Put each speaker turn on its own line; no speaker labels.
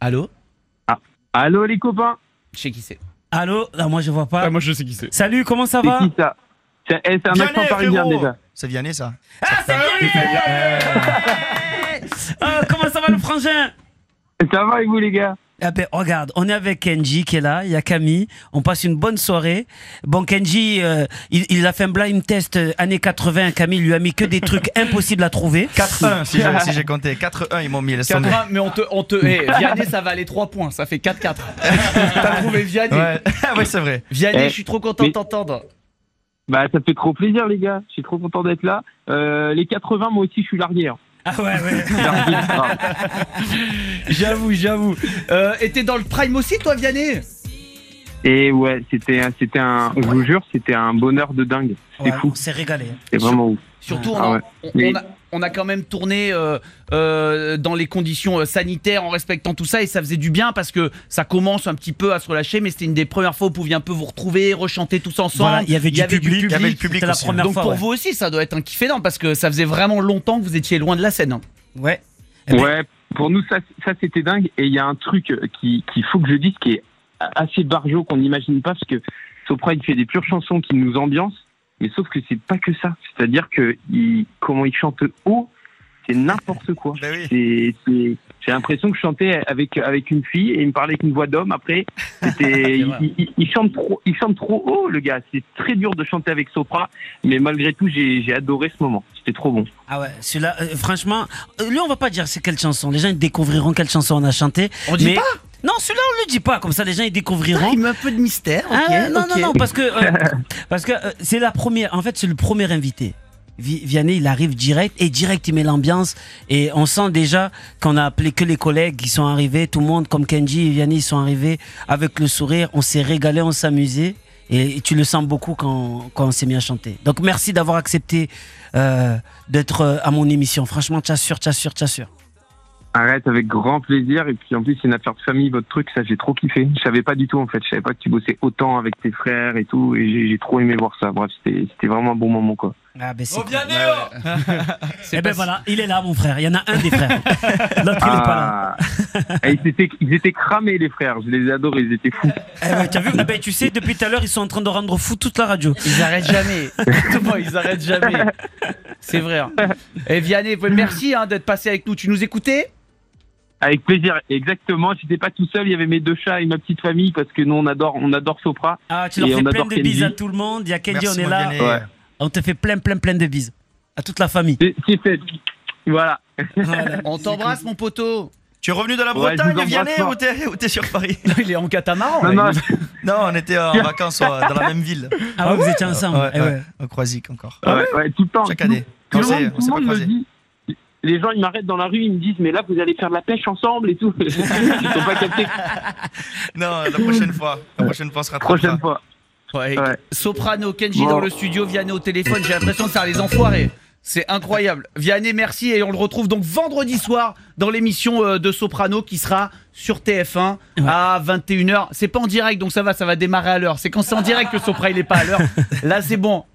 Allô
Allô les copains
Je sais qui c'est.
Allô Non, moi je vois pas.
Ah, moi je sais qui c'est.
Salut, comment ça
C'est
va
qui ça C'est eh, c'est un
Vianney,
accent parisien
frérot
déjà.
C'est Vianney, ça
Ah, c'est Vianney Euh, Comment ça va le frangin
Ça va et vous les gars
Ah ben, regarde, on est avec Kenji qui est là, il y a Camille, on passe une bonne soirée. Bon, Kenji, euh, il, il a fait un blind test euh, années 80, Camille lui a mis que des trucs impossibles à trouver.
4-1, si j'ai si j'ai compté. 4-1, ils m'ont mis le sommet.
4-1, Ah, mais on te. On te eh, Vianney, ça va aller 3 points, ça fait 4-4. T'as trouvé Vianney.
Ouais, ouais c'est vrai.
Vianney,
Eh,
je suis trop content
mais-
de t'entendre.
Bah ça fait trop plaisir les gars, je suis trop content d'être là. Euh, les 80 moi aussi je suis largué. hein.
Ah ouais, ouais.
Je suis largué, grave.
J'avoue, j'avoue. Euh, et t'es dans le prime aussi, toi, Vianney
et ouais, c'était un- c'était un je vous jure, c'était un bonheur de dingue. C'est
Ouais,
fou,
on s'est régalé.
c'est vraiment ouf.
Surtout, on,
Ah
a,
ouais.
on-
Mais-
on a, on a quand même tourné euh, euh, dans les conditions euh, sanitaires en respectant tout ça et ça faisait du bien parce que ça commence un petit peu à se relâcher, mais c'était une des premières fois où vous pouviez un peu vous retrouver, rechanter tous ensemble.
Voilà, il y avait du public,
Il y avait le public
c'était la
aussi, hein.
première
Donc
fois.
pour
ouais.
vous aussi, ça doit être un kiff énorme parce que ça faisait vraiment longtemps que vous étiez loin de la scène. hein.
Ouais. Eh ben-
Ouais, pour nous ça, ça c'était dingue et il y a un truc qui qu'il faut que je dise qui est assez barjo qu'on n'imagine pas parce que Sopra il fait des pures chansons qui nous ambiancent, mais sauf que c'est pas que ça. C'est-à-dire que il, comment il chante haut, c'est n'importe quoi.
Bah oui.
C'est- c'est- J'ai l'impression que je chantais avec, avec une fille et il me parlait avec une voix d'homme. Après, c'était, il, il- il chante trop, il chante trop haut, le gars. C'est très dur de chanter avec Sopra, mais malgré tout, j'ai j'ai adoré ce moment. C'était trop bon.
Ah ouais, celui-là, euh, franchement, euh, lui on va pas dire c'est quelle chanson. Les gens ils découvriront quelle chanson on a chanté.
On dit
mais-
pas
Non, celui-là on le dit pas, comme ça les gens ils découvriront.
met un peu de mystère.
Ah,
Ah, ok,
non,
ok.
non, non, parce que euh, parce que euh, c'est la première. En fait, c'est le premier invité. Vi- Vianney, il arrive direct et direct, il met l'ambiance et on sent déjà qu'on a appelé que les collègues qui sont arrivés, tout le monde comme Kenji et Vianney, ils sont arrivés avec le sourire. On s'est régalé, on s'est amusé et tu le sens beaucoup quand, quand on s'est mis à chanter. Donc merci d'avoir accepté euh, d'être euh, à mon émission. Franchement, t'assures, t'assures, t'assures.
Arrête avec grand plaisir. Et puis en plus, c'est une affaire de famille, votre truc. Ça, j'ai trop kiffé. Je savais pas du tout en fait. Je savais pas que tu bossais autant avec tes frères et tout. Et j'ai j'ai trop aimé voir ça. Bref, c'était c'était vraiment un bon moment quoi.
Ah ben c'est. cool.
C'est
Eh ben
pas-
voilà, il est là, mon frère. Il y en a un des frères. L'autre il est pas là.
Ah. Et ils, étaient, ils étaient cramés les frères. Je les adorais. Ils étaient fous.
Eh ben, t'as vu Ah ben, tu sais, depuis tout à l'heure, ils sont en train de rendre fou toute la radio.
Ils arrêtent jamais. Exactement, ils arrêtent jamais. C'est vrai. hein. Et Vianney, merci hein, d'être passé avec nous. Tu nous écoutais
Avec plaisir. Exactement. J'étais pas tout seul. Il y avait mes deux chats et ma petite famille parce que nous on adore on adore Sopra.
Ah, tu leur
Et
fais
on
plein
adore
de bises
Kenji.
à tout le monde. Il y a Kenji,
Merci,
on est
mon
là.
Vianney.
Ouais.
On te fait plein, plein, plein de bises. À toute la famille.
C'est c'est fait. Voilà.
Voilà.
On t'embrasse, mon poteau.
Tu es revenu de la
Ouais, je
Bretagne,
vous embrasse
Vianney,
fort.
ou t'es ou t'es sur Paris
Ah, Il est en catamaran.
Non,
là.
non,
Non, on était en vacances euh, dans la même ville.
Ah ouais, vous étiez ensemble.
Ouais,
Eh ouais.
ouais, Au Croisic encore.
ouais, ouais, tout le temps.
Chaque année.
Tout
On
le
s'est
monde,
on
tout le
s'est pas
monde me
croisés.
dit. Les gens, ils m'arrêtent dans la rue, ils me disent, mais là, vous allez faire de la pêche ensemble et tout. ils sont pas captés.
Non, la prochaine fois. La prochaine fois, on se rattrapera.
Prochaine fois.
Ouais.
Ouais.
Soprano, Kenji
Bon.
dans le studio, Vianney au téléphone. J'ai l'impression de faire les enfoirés. C'est incroyable. Vianney, merci. Et on le retrouve donc vendredi soir dans l'émission euh, de Soprano qui sera sur TF1 à 21h. C'est pas en direct, donc ça va, ça va démarrer à l'heure. C'est quand c'est en direct que Sopra, il est pas à l'heure. Là, c'est bon.